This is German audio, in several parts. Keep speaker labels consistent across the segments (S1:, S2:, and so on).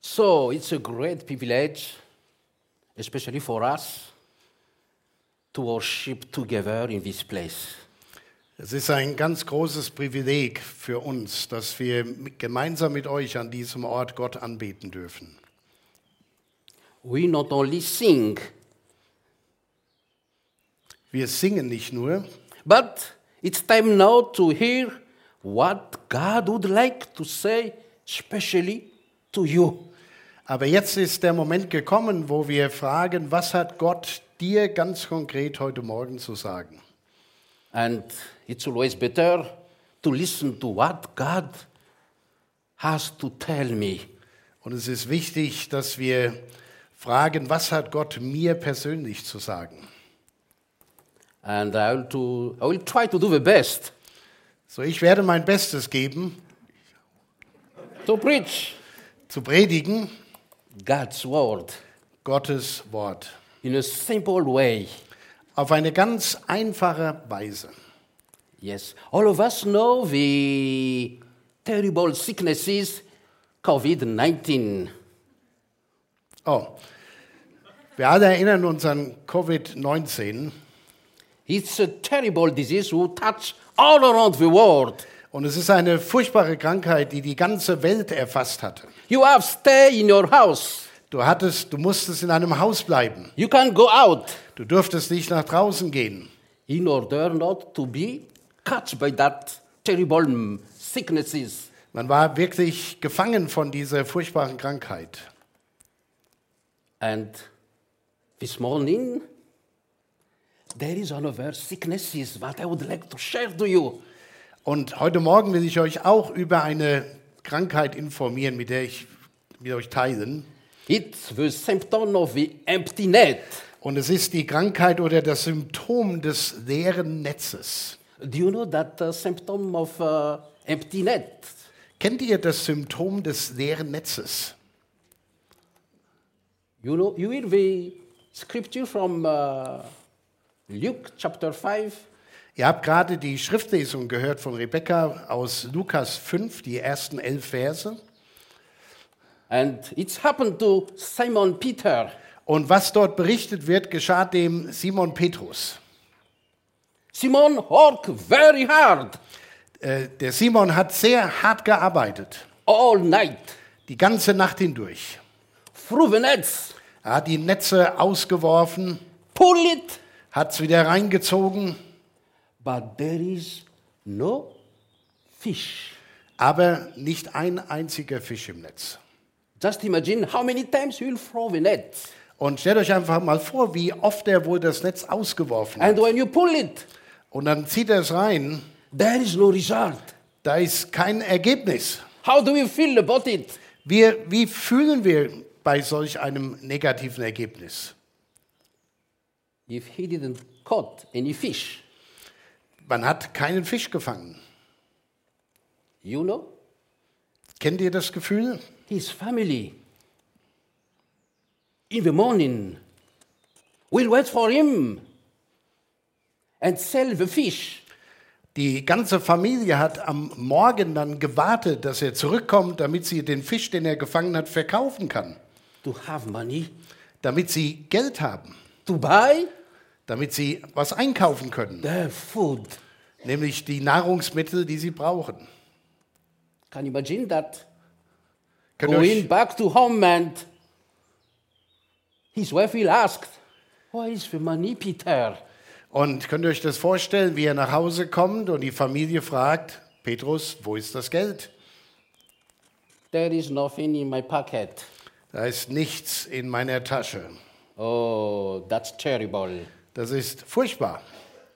S1: So it's a great privilege, especially for us, to worship together in this place.
S2: Es ist ein ganz großes Privileg für uns, dass wir mit- gemeinsam mit euch an diesem Ort Gott anbeten dürfen.
S1: We not only sing,
S2: Wir singen nicht nur,
S1: but it's time now to hear what God would like to say, especially to you.
S2: aber jetzt ist der Moment gekommen, wo wir fragen, was hat Gott dir ganz konkret heute Morgen zu sagen?
S1: And it's always better to listen to what God has to tell me.
S2: Und es ist wichtig, dass wir fragen, was hat Gott mir persönlich zu sagen?
S1: And I will, to, I will try to do the best
S2: So, ich werde mein Bestes geben,
S1: to preach
S2: zu predigen,
S1: God's word
S2: Gottes Wort.
S1: in a simple way.
S2: Auf eine ganz einfache Weise.
S1: Yes, all of us know the terrible sicknesses, COVID 19.
S2: Oh, wir alle erinnern uns an Covid-19
S1: It's a terrible disease who touch all around the world.
S2: und es ist eine furchtbare Krankheit, die die ganze Welt erfasst hatte.
S1: You have stay in your house.
S2: Du hattest, du musstest in einem Haus bleiben.
S1: You can go out
S2: Du durftest nicht nach draußen gehen,
S1: in order not to be catch by that terrible mm, sicknesses.
S2: Man war wirklich gefangen von dieser furchtbaren Krankheit.
S1: And this morning, there is another sicknesses that I would like to share to you.
S2: Und heute Morgen will ich euch auch über eine Krankheit informieren, mit der ich mit euch teilen.
S1: It's the symptom of the empty net.
S2: Und es ist die Krankheit oder das Symptom des leeren Netzes.
S1: Do you know that uh, symptom of uh, empty net?
S2: Kennt ihr das Symptom des leeren Netzes?
S1: You know, you hear the scripture from uh, Luke chapter 5.
S2: Ihr habt gerade die Schriftlesung gehört von Rebecca aus Lukas 5, die ersten elf Verse.
S1: And it's happened to Simon Peter.
S2: Und was dort berichtet wird, geschah dem Simon Petrus.
S1: Simon worked very hard
S2: Äh, der Simon hat sehr hart gearbeitet,
S1: all night
S2: die ganze Nacht hindurch.
S1: through the nets,
S2: Er hat die Netze ausgeworfen,
S1: pull it,
S2: hat es wieder reingezogen,
S1: but there is no fish.
S2: aber nicht ein einziger Fisch im Netz.
S1: Just imagine how many times you will throw the net.
S2: Und stellt euch einfach mal vor, wie oft er wohl das Netz ausgeworfen hat.
S1: And when you pull it,
S2: Und dann zieht er es rein,
S1: there is no result.
S2: da ist kein Ergebnis.
S1: How do you feel about it?
S2: Wir, wie fühlen wir bei solch einem negativen Ergebnis?
S1: if he didn't caught any fish,
S2: Man hat keinen Fisch gefangen.
S1: you know,
S2: Kennt ihr das Gefühl?
S1: his family in the morning will wait for him and sell the fish.
S2: Die ganze Familie hat am Morgen dann gewartet, dass er zurückkommt, damit sie den Fisch, den er gefangen hat, verkaufen kann.
S1: To have money
S2: Damit sie Geld haben.
S1: to buy
S2: Damit sie was einkaufen können.
S1: their food.
S2: Nämlich die Nahrungsmittel, die sie brauchen.
S1: Can you imagine that?
S2: Könnt ihr
S1: Going
S2: euch,
S1: back to home and his wife will ask, Where is the money, Peter?
S2: und könnt ihr euch das vorstellen, wie er nach Hause kommt und die Familie fragt, Petrus, wo ist das Geld?
S1: There is nothing in my pocket.
S2: Da ist nichts in meiner Tasche.
S1: Oh, that's terrible.
S2: Das ist furchtbar.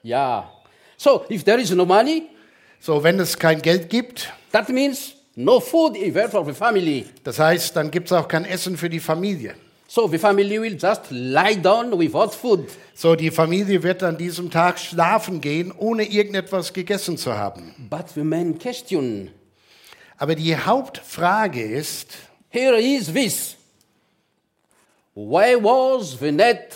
S1: Yeah. So if there is no money,
S2: So, wenn es kein Geld gibt,
S1: that means no food even for the family.
S2: das heißt, dann gibt es auch kein Essen für die Familie.
S1: So the family will just lie down without food.
S2: So, die Familie wird an diesem Tag schlafen gehen, ohne irgendetwas gegessen zu haben.
S1: But the main question
S2: Aber die Hauptfrage ist,
S1: here is this. Why was the net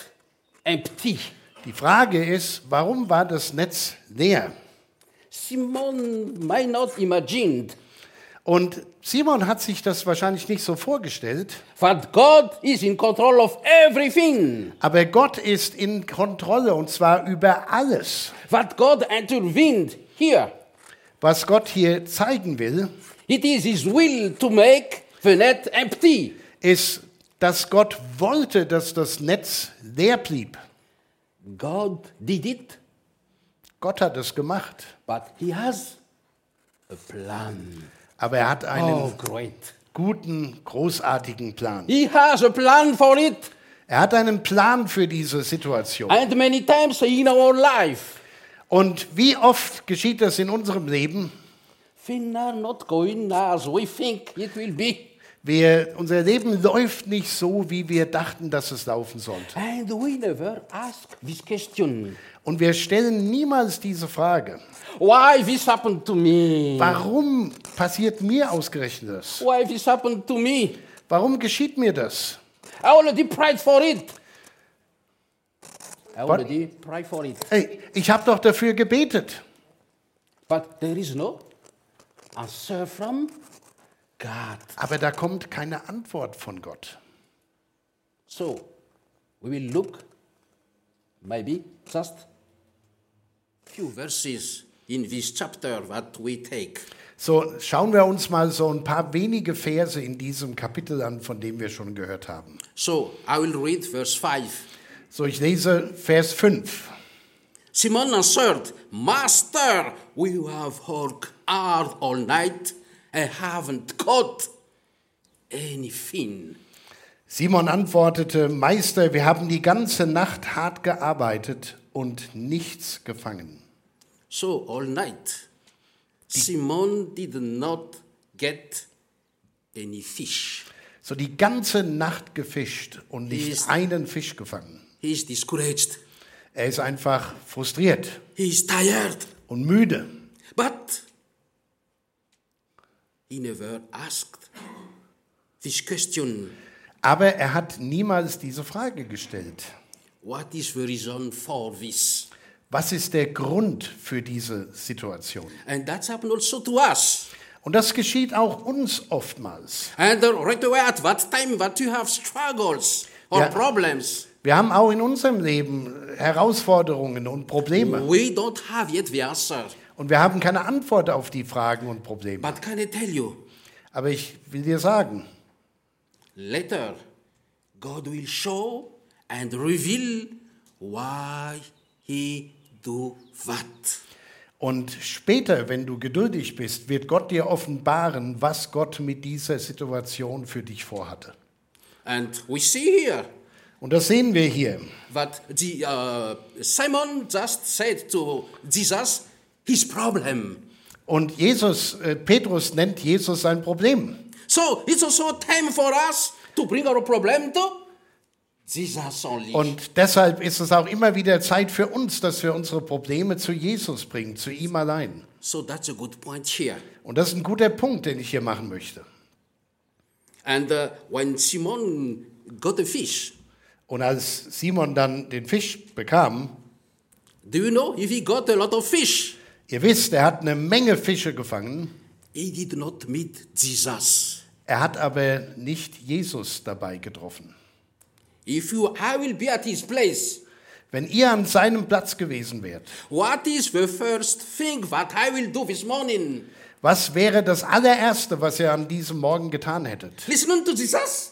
S1: empty?
S2: die Frage ist, warum war das Netz leer?
S1: Simon might not imagined
S2: Und Simon hat sich das wahrscheinlich nicht so vorgestellt,
S1: But God is in control of everything.
S2: aber Gott ist in Kontrolle und zwar über alles.
S1: What God intervened here,
S2: Was Gott hier zeigen will,
S1: it is His will to make the net empty.
S2: ist, dass Gott wollte, dass das Netz leer blieb.
S1: God did it,
S2: Gott hat es gemacht,
S1: but He has a plan.
S2: aber er hat einen
S1: Oh, great.
S2: guten, großartigen Plan.
S1: He has a plan for it.
S2: Er hat einen Plan für diese Situation.
S1: And many times in our life,
S2: Und wie oft geschieht das in unserem Leben?
S1: things are not going as we think it will be.
S2: Wir, unser Leben läuft nicht so, wie wir dachten, dass es laufen sollte.
S1: And we never ask this question.
S2: Und wir stellen niemals diese Frage,
S1: Why this happened to me?
S2: warum passiert mir ausgerechnet das?
S1: Why this happened to me?
S2: Warum geschieht mir das?
S1: I already prayed for it. I already prayed for it.
S2: Ey, ich habe doch dafür gebetet.
S1: But there is no answer from God.
S2: Aber da kommt keine Antwort von Gott.
S1: So we will look maybe just few verses in this chapter that we take.
S2: So, schauen wir uns mal so ein paar wenige Verse in diesem Kapitel an, von dem wir schon gehört haben.
S1: So I will read verse 5.
S2: So, ich lese Vers 5.
S1: Simon answered, Master, we have worked hard all night and haven't caught anything.
S2: Simon antwortete, Meister, wir haben die ganze Nacht hart gearbeitet und nichts gefangen.
S1: So all night, Simon did not get any fish.
S2: So die ganze Nacht gefischt und nicht
S1: Ist-
S2: einen Fisch gefangen.
S1: He is discouraged.
S2: Er ist einfach frustriert
S1: He is tired.
S2: und müde.
S1: But he never asked this question.
S2: Aber er hat niemals diese Frage gestellt.
S1: What is the reason for this?
S2: Was ist der Grund für diese Situation?
S1: And that's happened also to us.
S2: Und das geschieht auch uns oftmals.
S1: And uh, right away at that time that you have struggles or
S2: Yeah.
S1: problems,
S2: Wir haben auch in unserem Leben Herausforderungen und Probleme.
S1: we don't have yet the answer.
S2: Und wir haben keine Antwort auf die Fragen und Probleme.
S1: But can I tell you,
S2: Aber ich will dir sagen,
S1: later God will show and reveal why he do that.
S2: Und später, wenn du geduldig bist, wird Gott dir offenbaren, was Gott mit dieser Situation für dich vorhatte.
S1: And we see here
S2: Und das sehen wir hier.
S1: that the, uh, Simon just said to Jesus his problem.
S2: Und Jesus, äh, Petrus nennt Jesus sein Problem.
S1: So it's also time for us to bring our problem to Jesus only.
S2: Und deshalb ist es auch immer wieder Zeit für uns, dass wir unsere Probleme zu Jesus bringen, zu ihm allein.
S1: so that's a good point here.
S2: Und das ist ein guter Punkt, den ich hier machen möchte.
S1: And uh, when Simon got the fish,
S2: Und als Simon dann den Fisch bekam,
S1: do you know if he got a lot of fish?
S2: ihr wisst, er hat eine Menge Fische gefangen,
S1: He did not meet Jesus.
S2: er hat aber nicht Jesus dabei getroffen.
S1: If you, I will be at his place.
S2: Wenn ihr an seinem Platz gewesen wärt,
S1: What is the first thing that I will do this morning?
S2: was wäre das allererste, was ihr an diesem Morgen getan hättet?
S1: Listen to Jesus?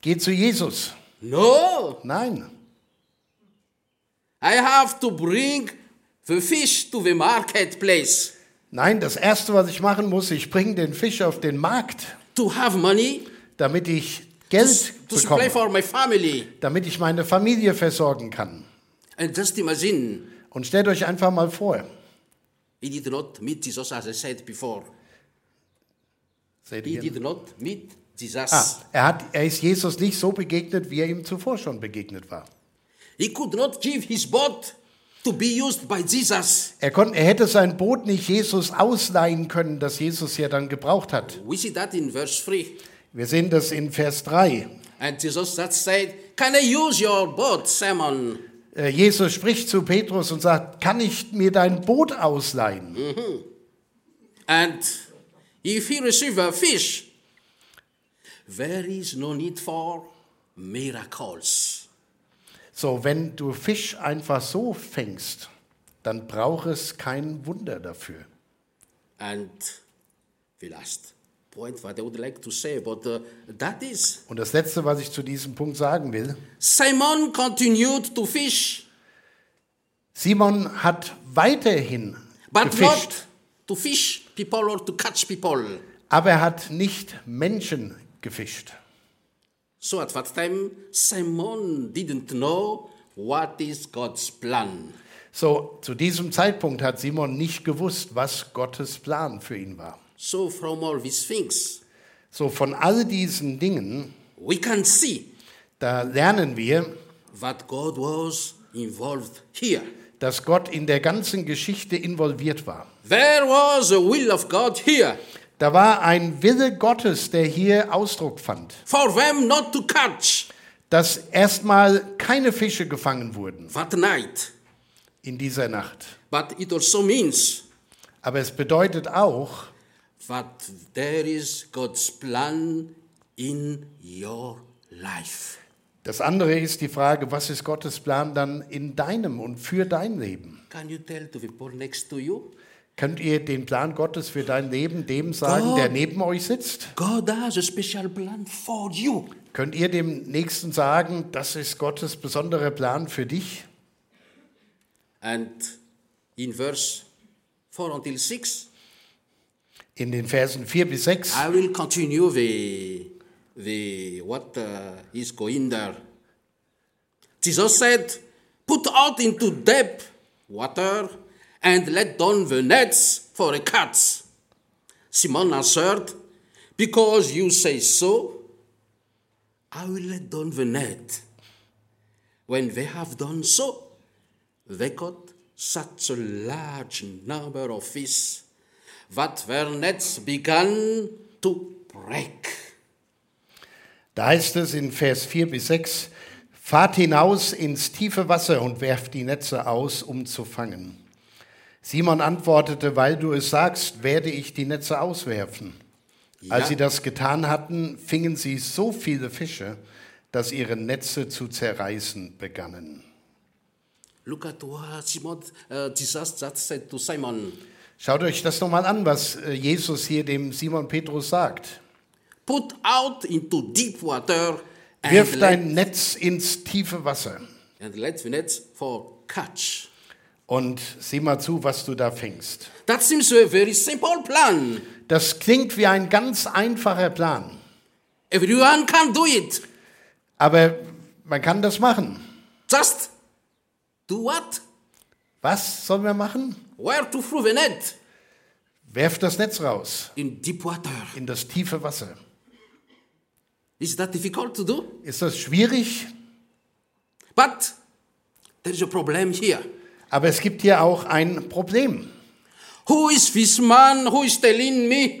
S2: Geht zu Jesus.
S1: No,
S2: Nein,
S1: I have to bring the fish to the marketplace.
S2: nein, das erste, was ich machen muss, ich bringe den Fisch auf den Markt,
S1: To have money
S2: damit ich
S1: to,
S2: Geld
S1: to supply
S2: bekomme,
S1: for my family.
S2: damit ich meine Familie versorgen kann.
S1: And just imagine,
S2: Und stellt euch einfach mal vor,
S1: he did not meet Jesus as I said before.
S2: seht
S1: He
S2: ihr?
S1: did not meet Jesus.
S2: Ah, er, hat, er ist Jesus nicht so begegnet, wie er ihm zuvor schon begegnet war.
S1: He could not give his boat to be used by Jesus.
S2: Er, kon, er hätte sein Boot nicht Jesus ausleihen können, das Jesus ja dann gebraucht hat.
S1: We see that in verse 3.
S2: Wir sehen das in Vers 3.
S1: And Jesus that said, Can I use your boat, Simon?
S2: Äh, Jesus spricht zu Petrus und sagt, kann ich mir dein Boot ausleihen?
S1: And If he receive a fish, there is no need for miracles.
S2: So, wenn du Fisch einfach so fängst, dann braucht es kein Wunder dafür.
S1: And the last point what I would like to say about uh, that is
S2: Und das Letzte, was ich zu diesem Punkt sagen will,
S1: Simon continued to fish,
S2: Simon hat weiterhin
S1: but
S2: gefischt,
S1: not to fish people or to catch people.
S2: aber er hat nicht Menschen gefischt.
S1: So at that time, Simon didn't know what is God's plan.
S2: So, zu diesem Zeitpunkt hat Simon nicht gewusst, was Gottes Plan für ihn war.
S1: So from all these things,
S2: So, von all diesen Dingen,
S1: we can see
S2: da lernen wir,
S1: that God was involved here.
S2: dass Gott in der ganzen Geschichte involviert war.
S1: There was a will of God here
S2: Da war ein Wille Gottes, der hier Ausdruck fand,
S1: for them not to catch
S2: dass erstmal keine Fische gefangen wurden
S1: that night.
S2: in dieser Nacht.
S1: But it also means
S2: Aber es bedeutet auch,
S1: that there is God's plan in your life.
S2: das andere ist die Frage, was ist Gottes Plan dann in deinem und für dein Leben?
S1: Can you tell to the people next to you?
S2: Könnt ihr den Plan Gottes für dein Leben dem sagen, der neben euch sitzt?
S1: God has a special plan for you.
S2: Könnt ihr dem Nächsten sagen, das ist Gottes besonderer Plan für dich?
S1: And in verse 4 until 6,
S2: In den Versen 4 bis 6,
S1: I will continue the, the what uh, is going there. Jesus said, Put out into deep water and let down the nets for the catch. Simon answered, Because you say so, I will let down the net. When they have done so, they caught such a large number of fish that their nets began to break.
S2: da heißt es in Vers 4 bis 6, Fahrt hinaus ins tiefe Wasser und werft die Netze aus, um zu fangen. Simon antwortete, weil du es sagst, werde ich die Netze auswerfen. Als
S1: Ja.
S2: sie das getan hatten, fingen sie so viele Fische, dass ihre Netze zu zerreißen begannen.
S1: Look at what Simon, uh, Jesus just said to Simon
S2: Schaut euch das nochmal an, was äh, Jesus hier dem Simon Petrus sagt.
S1: Put out into deep water
S2: Wirf
S1: and, let,
S2: dein Netz ins tiefe Wasser
S1: and let the nets for catch.
S2: und sieh mal zu, was du da fängst.
S1: That seems a very simple plan.
S2: Das klingt wie ein ganz einfacher Plan,
S1: Everyone can do it.
S2: aber man kann das machen.
S1: Just do what?
S2: Was sollen wir machen?
S1: Where to throw the net?
S2: Werf das Netz raus
S1: In deep water.
S2: in das tiefe Wasser.
S1: Is that difficult to do?
S2: Ist das schwierig?
S1: But there is a problem here.
S2: Aber es gibt hier auch ein Problem.
S1: Who is this man who is telling me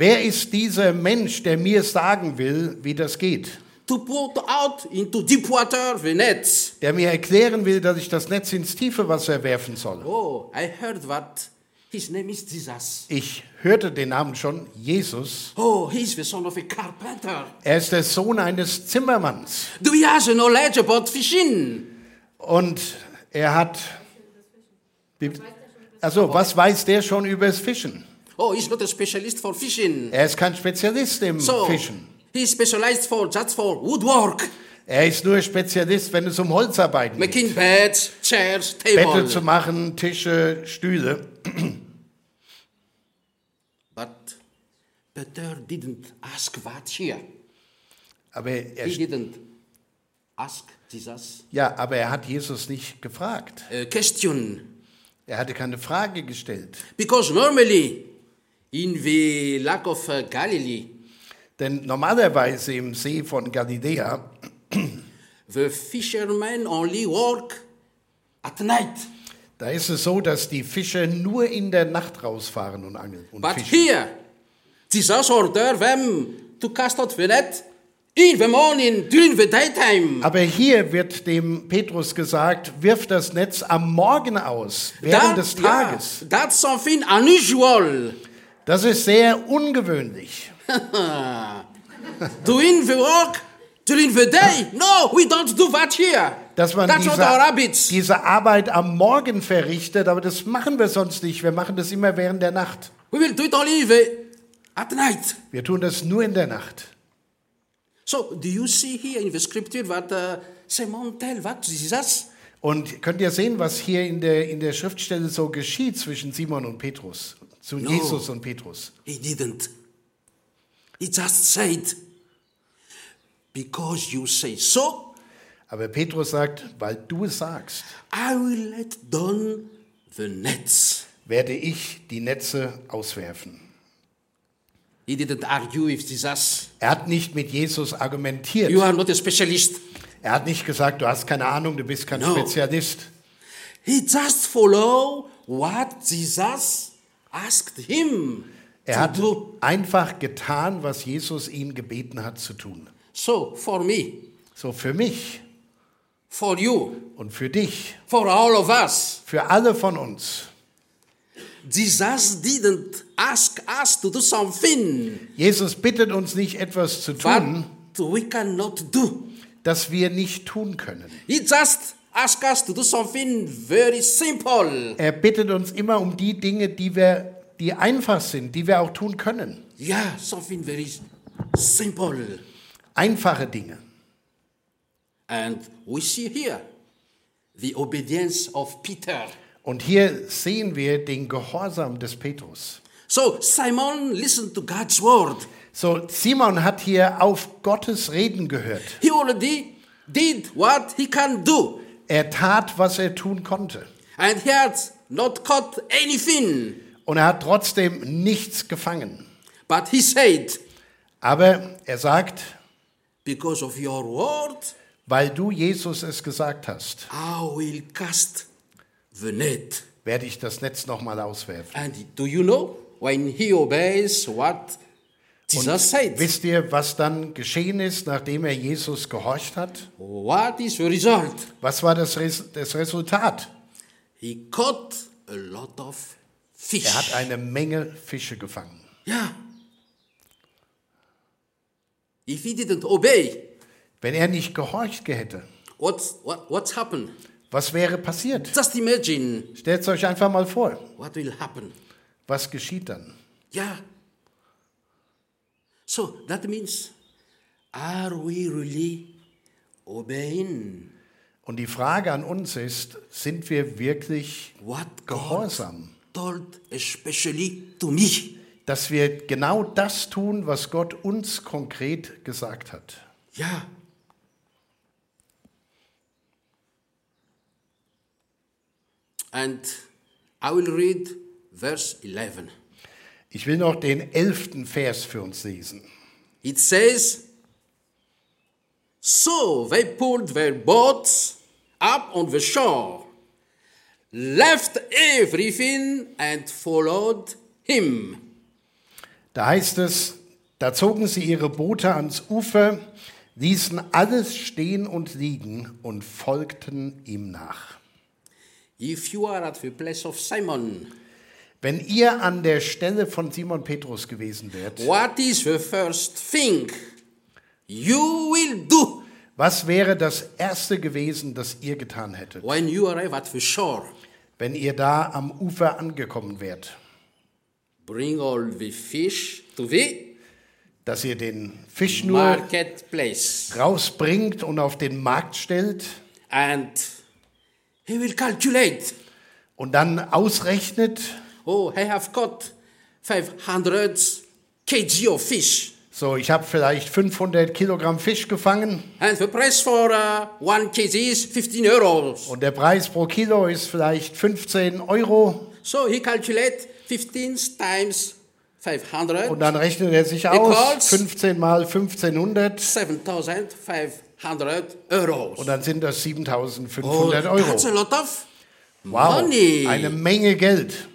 S2: Wer ist dieser Mensch, der mir sagen will, wie das geht?
S1: to put out into deep water the nets?
S2: Der mir erklären will, dass ich das Netz ins tiefe Wasser werfen soll.
S1: Oh, I heard that his name is Jesus.
S2: Ich hörte den Namen schon, Jesus.
S1: Oh, he's the son of a carpenter.
S2: Er ist der Sohn eines Zimmermanns.
S1: Do he has a knowledge about fishing?
S2: Und er hat. Also, was weiß der schon über das Fischen?
S1: Oh, he's not a specialist for fishing.
S2: Er ist kein Spezialist im
S1: So
S2: Fischen.
S1: he specialized for just for woodwork,
S2: Er ist nur Spezialist, wenn es um Holzarbeiten geht.
S1: making beds, chairs,
S2: Bette zu
S1: tables.
S2: machen, Tische, Stühle.
S1: But Peter didn't ask that here.
S2: Aber er,
S1: He didn't ask Jesus
S2: ja, aber er hat Jesus nicht gefragt.
S1: a question.
S2: Er hatte keine Frage gestellt.
S1: Because normally, in the lake of uh, Galilee,
S2: Denn normalerweise im See von Galiläa,
S1: the fishermen only work at night.
S2: da ist es so, dass die Fischer nur in der Nacht rausfahren und angeln und
S1: But
S2: fischen.
S1: here, Jesus ordered them to cast out the net in the morning during the daytime.
S2: Aber hier wird dem Petrus gesagt, wirf das Netz am Morgen aus, während des
S1: yeah,
S2: Tages.
S1: that's something unusual.
S2: Das ist sehr ungewöhnlich.
S1: doing the work during the day. No, we don't do that here.
S2: Dass man
S1: That's not our
S2: diese,
S1: habits.
S2: diese Arbeit am Morgen verrichtet, aber das machen wir sonst nicht. Wir machen das immer während der Nacht.
S1: We will do it only the, at night.
S2: Wir tun das nur in der Nacht.
S1: So, do you see here in the scripture that uh, Simon tell what Jesus?
S2: Und könnt ihr sehen, was hier in der, in der Schriftstelle so geschieht zwischen Simon und Petrus, zu Jesus und Petrus?
S1: He didn't. He just said, because you say so,
S2: Aber Petrus sagt, weil du es sagst,
S1: I will let down the nets.
S2: werde ich die Netze auswerfen.
S1: He didn't argue with Jesus.
S2: Er hat nicht mit Jesus argumentiert.
S1: You are not a specialist.
S2: Er hat nicht gesagt, du hast keine Ahnung, du bist kein
S1: No.
S2: Spezialist.
S1: He just follow what Jesus asked him
S2: Er
S1: to
S2: hat
S1: do.
S2: einfach getan, was Jesus ihn gebeten hat zu tun.
S1: So for me,
S2: So für mich
S1: for you,
S2: und für dich,
S1: for all of us,
S2: für alle von uns.
S1: Jesus didn't ask us to do something
S2: Jesus bittet uns nicht etwas zu tun,
S1: that we cannot do.
S2: das wir nicht tun können.
S1: He just asked us to do something very simple.
S2: Er bittet uns immer um die Dinge, die wir, die einfach sind, die wir auch tun können.
S1: Yeah, something very simple.
S2: Einfache Dinge.
S1: And we see here the obedience of Peter.
S2: Und hier sehen wir den Gehorsam des Petrus.
S1: So Simon listened to God's word.
S2: So, Simon hat hier auf Gottes Reden gehört.
S1: He already did what he can do,
S2: Er tat, was er tun konnte.
S1: and he has not caught anything.
S2: Und er hat trotzdem nichts gefangen.
S1: But he said,
S2: Aber er sagt,
S1: Because of your word,
S2: weil du Jesus es gesagt hast,
S1: I will cast the net.
S2: werde ich das Netz nochmal auswerfen.
S1: And do you know when he obeys what Jesus said?
S2: Wisst ihr, was dann geschehen ist, nachdem er Jesus gehorcht hat?
S1: What is the result?
S2: Was war das, Res das Resultat?
S1: He caught a lot of
S2: Er hat
S1: fish.
S2: eine Menge Fische gefangen.
S1: Yeah. If he didn't obey,
S2: Wenn er nicht gehorcht hätte,
S1: what's, what, what's happened?
S2: was wäre passiert?
S1: Just imagine
S2: Stellt euch einfach mal vor,
S1: what will happen.
S2: was geschieht dann?
S1: Yeah. So that means, are we really obeying
S2: Und die Frage an uns ist, sind wir wirklich
S1: what God
S2: gehorsam?
S1: told, especially to me?
S2: Dass wir genau das tun, was Gott uns konkret gesagt hat.
S1: Yeah. And I will read verse 11.
S2: Ich will noch den elften Vers für uns lesen.
S1: It says, So they pulled their boats up on the shore, left everything, and followed him.
S2: Da heißt es, da zogen sie ihre Boote ans Ufer, ließen alles stehen und liegen und folgten ihm nach.
S1: If you are at the place of Simon,
S2: Wenn ihr an der Stelle von Simon Petrus gewesen wärt,
S1: what is the first thing you will do
S2: was wäre das Erste gewesen, das ihr getan hättet,
S1: when you arrive at the shore?
S2: wenn ihr da am Ufer angekommen wärt?
S1: Bring all the fish to the
S2: Dass ihr den Fisch nur
S1: marketplace,
S2: rausbringt und auf den Markt stellt
S1: and he will calculate.
S2: und dann ausrechnet,
S1: Oh, I have caught 500 kg of fish.
S2: so ich habe vielleicht 500 Kilogramm Fisch gefangen
S1: And the price for uh, one kg is 15 euros.
S2: Und der Preis pro Kilo ist vielleicht 15 Euro.
S1: So he calculates 15 times
S2: Und
S1: 500,
S2: dann rechnet er sich aus,
S1: Equals?
S2: 15 mal 1500.
S1: 7,500 euros.
S2: Und dann sind das 7500
S1: Oh, that's a
S2: Euro.
S1: lot of
S2: Wow,
S1: money.
S2: eine Menge Geld.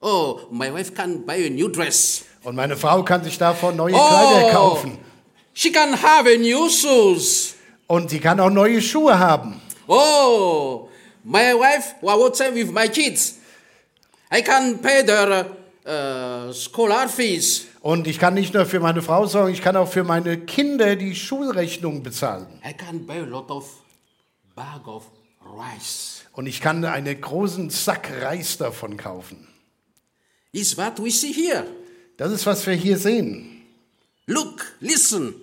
S1: Oh, my wife can buy a new dress.
S2: Und meine Frau kann sich davon neue
S1: Oh.
S2: Kleider kaufen.
S1: she can have a new shoes.
S2: Und sie kann auch neue Schuhe haben.
S1: Oh, my wife was outside with my kids. I can pay their uh, uh, scholar fees.
S2: Und ich kann nicht nur für meine Frau sorgen, ich kann auch für meine Kinder die Schulrechnung bezahlen.
S1: I can buy a lot of bag of rice.
S2: Und ich kann einen großen Sack Reis davon kaufen.
S1: Is what we see here.
S2: Das ist, was wir hier sehen.
S1: Look, listen.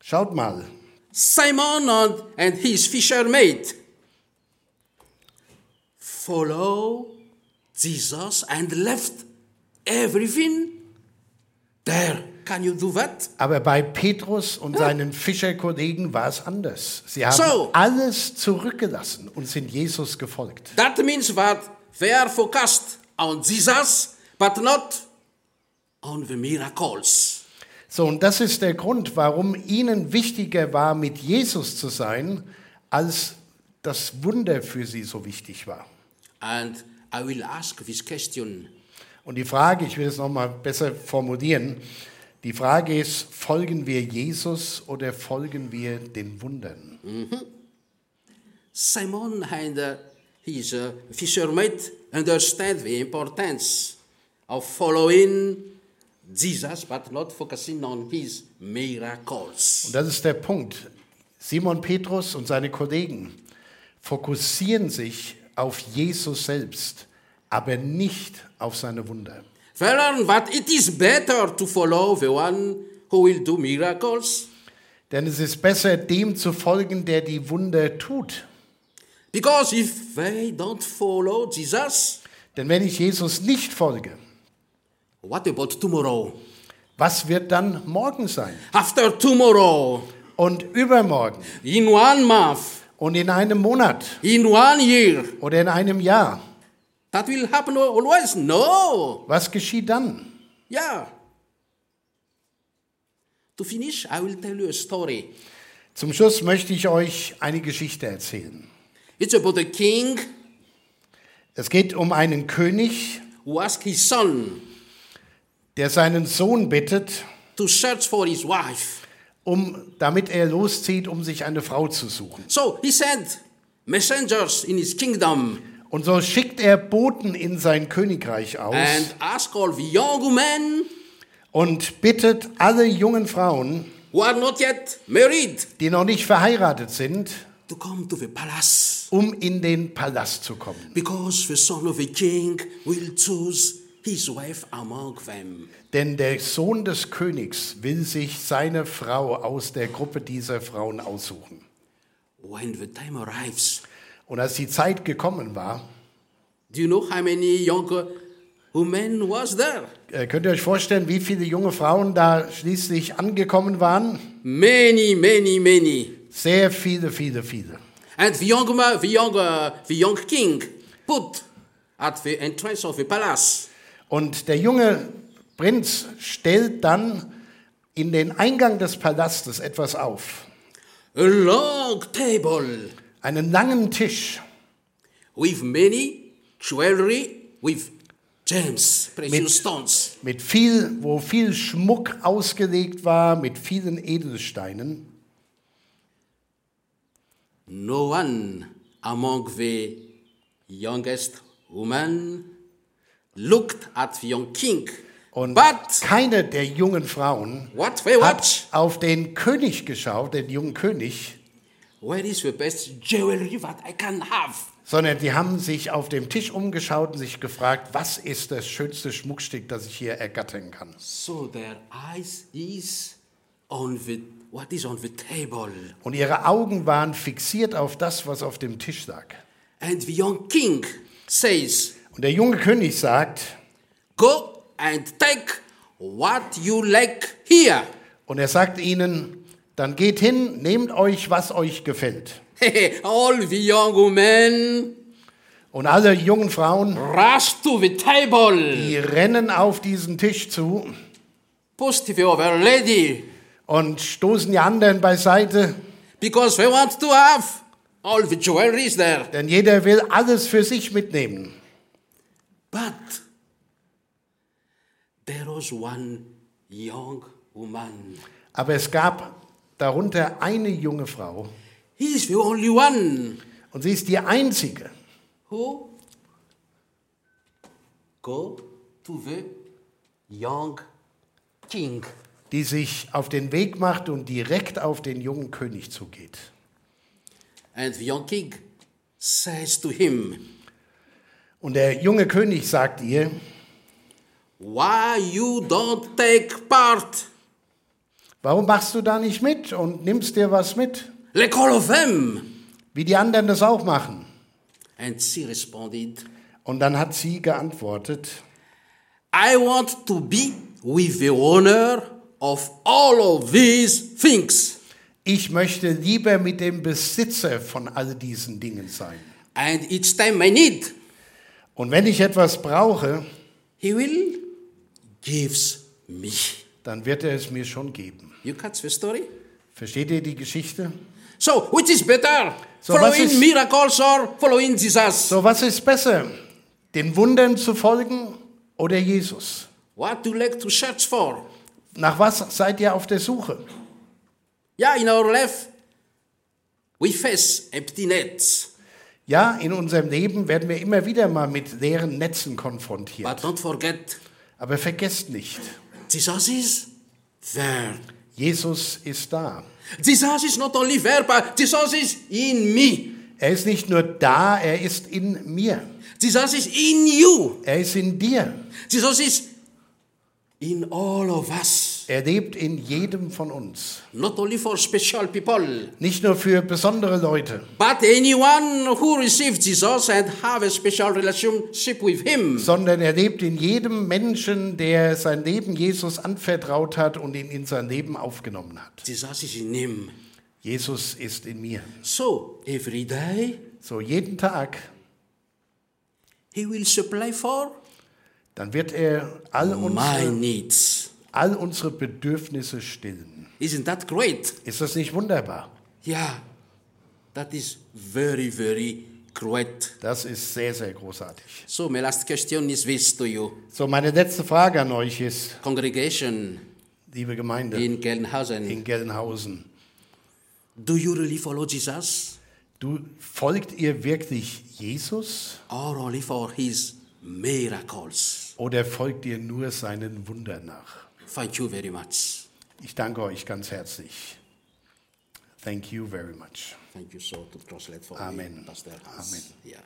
S2: Schaut mal.
S1: Simon and- and his fisher mate follow Jesus and left everything there. Can you do that?
S2: Aber bei Petrus und seinen Fischerkollegen war es anders. Sie haben
S1: So.
S2: alles zurückgelassen und sind Jesus gefolgt.
S1: That means that they are focused on Jesus, but not on the miracles.
S2: So, und das ist der Grund, warum ihnen wichtiger war, mit Jesus zu sein, als das Wunder für sie so wichtig war.
S1: And I will ask this question
S2: Und die Frage, ich will es nochmal besser formulieren, die Frage ist, folgen wir Jesus oder folgen wir den Wundern?
S1: Simon and uh, his uh, fishermen understand the importance of following Jesus, but not focusing on his miracles.
S2: Und das ist der Punkt. Simon Petrus und seine Kollegen fokussieren sich auf Jesus selbst, aber nicht auf seine Wunder.
S1: They learn that it is better to follow the one who will do miracles
S2: Denn es ist besser, dem zu folgen, der die Wunder tut.
S1: because if they don't follow Jesus,
S2: Denn wenn ich Jesus nicht folge,
S1: what about tomorrow?
S2: was wird dann morgen sein?
S1: After tomorrow,
S2: Und übermorgen?
S1: in one month,
S2: Und in einem Monat?
S1: in one year,
S2: Oder in einem Jahr?
S1: that will happen always? No.
S2: Was geschieht dann?
S1: Yeah. To finish, I will tell you a story.
S2: Zum Schluss möchte ich euch eine Geschichte erzählen.
S1: It's about a king
S2: Es geht um einen König,
S1: who asked his son
S2: der seinen Sohn bittet,
S1: to search for his wife.
S2: um, damit er loszieht, um sich eine Frau zu suchen.
S1: So he sent messengers in his kingdom
S2: Und so schickt er Boten in sein Königreich aus
S1: and asked all the young men
S2: und bittet alle jungen Frauen,
S1: who are not yet married
S2: die noch nicht verheiratet sind,
S1: to come to the palace
S2: um in den Palast zu kommen.
S1: because the son of a king will choose his wife among them.
S2: Denn der Sohn des Königs will sich seine Frau aus der Gruppe dieser Frauen aussuchen.
S1: When the time arrives,
S2: Und als die Zeit gekommen war,
S1: do you know how many young uh, women was there?
S2: Äh, Könnt ihr euch vorstellen, wie viele junge Frauen da schließlich angekommen waren?
S1: Many, many, many.
S2: Sehr viele, viele, viele.
S1: And the young, ma- the young, uh, the young king put at the entrance of the palace
S2: Und der junge Prinz stellt dann in den Eingang des Palastes etwas auf.
S1: a long table
S2: Einen langen Tisch
S1: with many jewelry with gems, precious
S2: Mit-
S1: stones.
S2: mit viel, wo viel Schmuck ausgelegt war, mit vielen Edelsteinen.
S1: No one among the youngest women looked at the young king.
S2: Und
S1: but
S2: keine der jungen Frauen
S1: what they watch?
S2: hat auf den König geschaut, den jungen König,
S1: Where is the best jewelry that I can have?
S2: sondern die haben sich auf dem Tisch umgeschaut und sich gefragt, was ist das schönste Schmuckstück, das ich hier ergattern kann.
S1: So their eyes is on the what is on the table.
S2: Und ihre Augen waren fixiert auf das, was auf dem Tisch lag.
S1: And the young king says,
S2: Und der junge König sagt,
S1: Go and take what you like here.
S2: und er sagt ihnen, dann geht hin, nehmt euch, was euch gefällt.
S1: All the young women
S2: Und alle jungen Frauen,
S1: rush to the table,
S2: die rennen auf diesen Tisch zu
S1: push the other lady,
S2: und stoßen die anderen beiseite,
S1: because they want to have all the jewelry is there.
S2: denn jeder will alles für sich mitnehmen.
S1: But there was one young woman.
S2: Aber es gab darunter eine junge Frau,
S1: He's the only one
S2: und sie ist die einzige,
S1: who go to the young king.
S2: die sich auf den Weg macht und direkt auf den jungen König zugeht.
S1: And the young king says to him,
S2: Und der junge König sagt ihr,
S1: Why you don't take part?
S2: warum machst du da nicht mit und nimmst dir was mit,
S1: Like all of them.
S2: wie die anderen das auch machen?
S1: And she responded,
S2: Und dann hat sie geantwortet,
S1: I want to be with the owner of all of these things.
S2: ich möchte lieber mit dem Besitzer von all diesen Dingen sein.
S1: And each time I need,
S2: Und wenn ich etwas brauche,
S1: he will gives me.
S2: dann wird er es mir schon geben.
S1: You catch the story?
S2: Versteht ihr die Geschichte?
S1: So, which is better?
S2: So
S1: following
S2: was ist-
S1: miracles or following Jesus?
S2: So, was ist besser? Den Wundern zu folgen oder Jesus?
S1: What do you like to search for?
S2: Nach was seid ihr auf der Suche?
S1: Yeah, in our life, we face empty nets.
S2: Ja, in unserem Leben werden wir immer wieder mal mit leeren Netzen konfrontiert.
S1: But don't forget,
S2: Aber vergesst nicht,
S1: Jesus is there.
S2: Jesus ist da.
S1: Jesus is not only there, but Jesus is in me.
S2: Er ist nicht nur da, er ist in mir.
S1: Jesus is in you.
S2: Er ist in dir.
S1: Jesus is in all of us.
S2: Er lebt in jedem von uns.
S1: Not only for special people,
S2: Nicht nur für besondere Leute,
S1: but anyone who receives Jesus and have a special relationship with him.
S2: sondern er lebt in jedem Menschen, der sein Leben Jesus anvertraut hat und ihn in sein Leben aufgenommen hat.
S1: Jesus is in him.
S2: Jesus ist in mir.
S1: So every day
S2: So jeden Tag,
S1: he will supply for eh,
S2: dann wird er all
S1: my
S2: unsere,
S1: needs.
S2: all unsere Bedürfnisse stillen.
S1: Isn't that great?
S2: Ist das nicht wunderbar?
S1: Yeah. That is very, very great.
S2: Das ist sehr, sehr großartig.
S1: So my last question is this to you.
S2: So, meine letzte Frage an euch ist,
S1: Congregation
S2: liebe Gemeinde
S1: in Gelnhausen,
S2: in Gelnhausen,
S1: do you really follow Jesus
S2: du, folgt ihr wirklich Jesus
S1: or only for his miracles?
S2: oder folgt ihr nur seinen Wundern nach?
S1: Thank you very much.
S2: Ich danke euch ganz herzlich. Thank you very much.
S1: Thank you so to translate for me,
S2: Amen.
S1: Pastor Hans.
S2: Amen.
S1: Yeah.